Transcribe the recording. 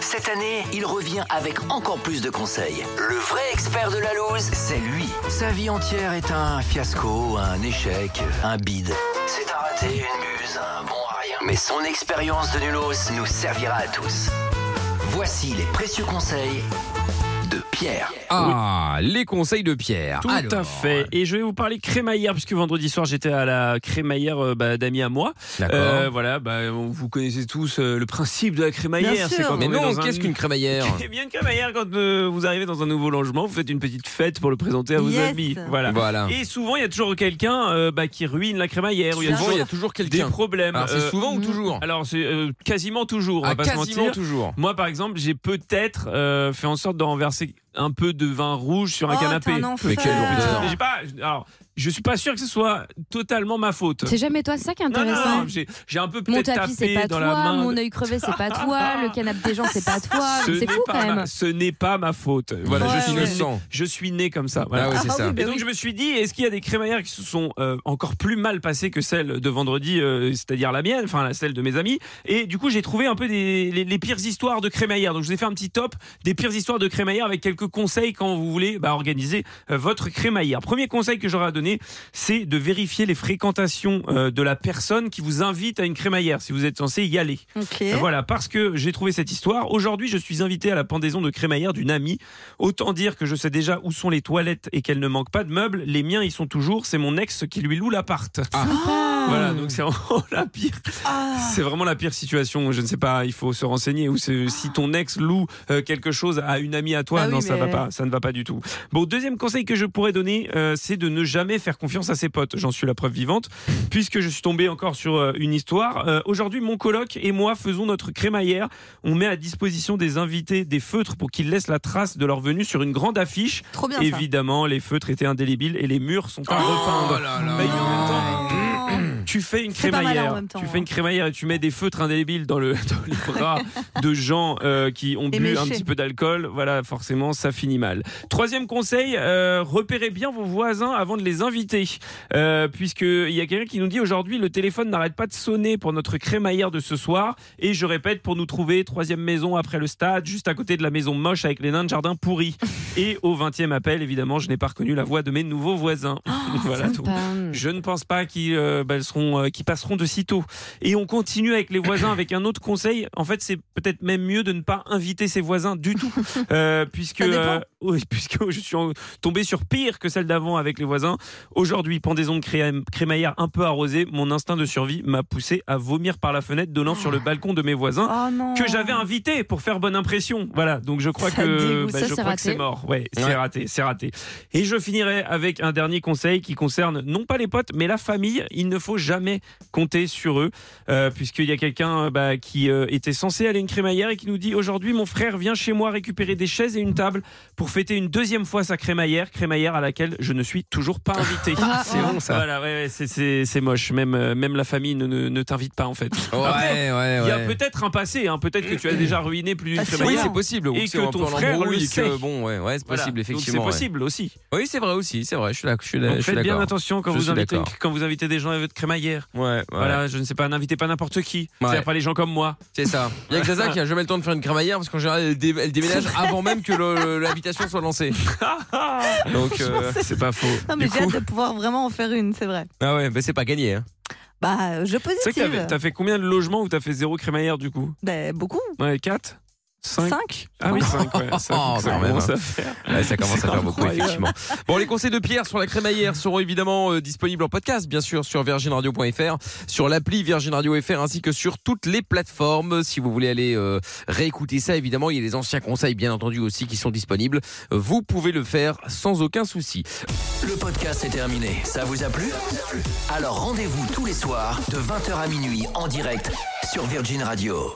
cette année, il revient avec encore plus de conseils. Le vrai expert de la loose, c'est lui. Sa vie entière est un fiasco, un échec, un bide. C'est un raté, une muse, un bon à rien. Mais son expérience de nulos nous servira à tous. Voici les précieux conseils de Pierre. Ah, les conseils de Pierre. Tout Alors, à fait. Et je vais vous parler crémaillère, puisque vendredi soir, j'étais à la crémaillère euh, bah, d'amis à moi. D'accord. Euh, voilà, bah, on- vous connaissez tous euh, le principe de la Bien crémaillère. sûr. c'est quand mais on est non, dans un- qu'est-ce qu'une crémaillère Eh bien, une crémaillère, quand euh, vous arrivez dans un nouveau logement, vous faites une petite fête pour le présenter à vos Yes. amis. Voilà. Voilà. Et souvent, il y a toujours quelqu'un euh, bah, qui ruine la crémaillère. ou il y a Souvent, il y a toujours toujours des quelqu'un. problèmes. Alors, c'est Euh, souvent ou toujours alors, c'est euh, quasiment toujours, on Ah, va pas se Quasiment mentir. toujours. Moi, par exemple, j'ai peut-être euh, fait en sorte de renverser un peu de vin rouge sur un Oh, canapé. t'es un Mais quelle enfer. lourdeur. Euh, Mais j'ai pas- alors, je suis pas sûr que ce soit totalement ma faute. C'est jamais toi, c'est ça qui est Non, non, intéressant. non, j'ai j'ai un peu Mon peut-être tapis, c'est tapé pas dans toi. la main. Mon œil crevé, c'est pas toi. Le canapé des gens, c'est pas toi. Ce C'est n'est fou pas quand ma- même. Ce n'est pas ma faute. Voilà, Ouais, je suis ouais. Innocent. Je suis né comme ça. voilà. Ah ouais, c'est Ah ça. oui, Et ben donc oui. je me suis dit, est-ce qu'il y a des crémaillères qui se sont euh, encore plus mal passées que celles de vendredi, euh, c'est-à-dire la mienne, enfin la- celle de mes amis Et du coup j'ai trouvé un peu des, les, les pires histoires de crémaillères. Donc je vous ai fait un petit top des pires histoires de crémaillères avec quelques conseils quand vous voulez bah, organiser euh, votre crémaillère. Premier conseil que j'aurais à donner, c'est de vérifier les fréquentations euh, de la personne qui vous invite à une crémaillère, si vous êtes censé y aller. Ok. Voilà, parce que j'ai trouvé cette histoire. Aujourd'hui, je suis invité à la pendaison de crémaillère d'une amie. Autant dire que je sais déjà où sont les toilettes et qu'elles ne manquent pas de meubles. Les miens, ils sont toujours. C'est mon ex qui lui loue l'appart. Voilà, donc c'est vraiment la pire. Ah. C'est vraiment la pire situation. Je ne sais pas, il faut se renseigner. Ou c'est- si ton ex loue euh, quelque chose à une amie à toi, Ah oui, non, ça mais- va pas, ça ne va pas du tout. Bon, deuxième conseil que je pourrais donner, euh, c'est de ne jamais faire confiance à ses potes. J'en suis la preuve vivante, puisque je suis tombé encore sur euh, une histoire. Euh, Aujourd'hui, mon coloc et moi faisons notre crémaillère. On met à disposition des invités des feutres pour qu'ils laissent la trace de leur venue sur une grande affiche. Trop bien ça. Évidemment, les feutres étaient indélébiles et les murs sont à repeindre. Oh là là. Mais en même temps, Oh. tu fais une C'est pas malin crémaillère. en même temps, tu hein. fais une crémaillère et tu mets des feutres indélébiles dans, le, dans les bras de gens euh, qui ont Et bu un méchés. petit peu d'alcool. Voilà, forcément, ça finit mal. Troisième conseil euh, repérez bien vos voisins avant de les inviter, euh, puisque il y a quelqu'un qui nous dit aujourd'hui le téléphone n'arrête pas de sonner pour notre crémaillère de ce soir. Et je répète, pour nous trouver troisième maison après le stade, juste à côté de la maison moche avec les nains de jardin pourris. Et au 20e appel, évidemment, je n'ai pas reconnu la voix de mes nouveaux voisins. Ah, voilà, donc, Sympa. Hmm. je ne pense pas qu'ils euh, bah, seront, euh, qu'ils passeront de sitôt. Et on continue avec les voisins avec un autre conseil. En fait, c'est peut-être même mieux de ne pas inviter ses voisins du tout, Euh, puisque Ça dépend. oui, puisque je suis en- tombé sur pire que celle d'avant avec les voisins. Aujourd'hui, pendaison de cré- crémaillère un peu arrosée, mon instinct de survie m'a poussé à vomir par la fenêtre donnant sur le balcon de mes voisins Oh non. que j'avais invité pour faire bonne impression. Voilà, donc je crois Ça que, bah, dégoûte, ça, je c'est crois que raté. c'est mort. Ouais, c'est Ouais. raté, c'est raté. Et je finirai avec un dernier conseil qui concerne non pas les potes, mais la famille. Il ne faut jamais compter sur eux, euh, puisqu'il y a quelqu'un euh, bah, qui euh, était censé aller à une crémaillère et qui nous dit aujourd'hui mon frère vient chez moi récupérer des chaises et une table pour fêter une deuxième fois sa crémaillère, crémaillère à laquelle je ne suis toujours pas invité. Ah, C'est bon ça. Voilà, ouais, ouais, c'est- c'est c'est moche. Même, euh, même la famille ne, ne- ne t'invite pas en fait. Ouais, ouais, ouais. Il y a peut-être un passé, hein. peut-être que tu as déjà ruiné plus d'une Ah, Oui, crémaillère. c'est possible. Ou Et c'est que un peu ton en frère embrouille le et que, sait. Bon, ouais, ouais, c'est Voilà. possible, Donc effectivement. C'est ouais. possible aussi. Oui, c'est vrai aussi, c'est vrai. Je suis là- je suis là- Donc je suis faites bien d'accord. attention quand Je vous, suis invitez, d'accord. quand vous invitez des gens à votre crémaillère. Ouais, ouais. Voilà, je ne sais pas, n'invitez pas n'importe qui. Ouais. C'est-à-dire pas les gens comme moi. C'est ça. Il y a que Zaza qui a jamais le temps de faire une crémaillère parce qu'en général, elle, dé- elle déménage avant même que le- l'habitation soit lancée. Donc, euh, c'est pas faux. Non mais Du j'ai coup- hâte de pouvoir vraiment en faire une, c'est vrai. ah ouais, mais c'est pas gagné. hein. Bah euh, je C'est vrai que t'avais- positive. t'as fait combien de logements où t'as fait zéro crémaillère du coup Bah, beaucoup. Ouais, 4 5 Cinq. Ah oui, 5, ouais. Ça, Oh, ça quand même, commence hein. à faire. Ouais, ça commence à faire beaucoup, incroyable. effectivement. Bon, les conseils de Pierre sur la crémaillère seront évidemment euh, disponibles en podcast, bien sûr, sur virginradio.fr, sur l'appli Virgin Radio FR, ainsi que sur toutes les plateformes. Si vous voulez aller euh, réécouter ça, évidemment, il y a les anciens conseils, bien entendu, aussi, qui sont disponibles. Vous pouvez le faire sans aucun souci. Le podcast est terminé. Ça vous a plu Alors rendez-vous tous les soirs de 20h à minuit en direct sur Virgin Radio.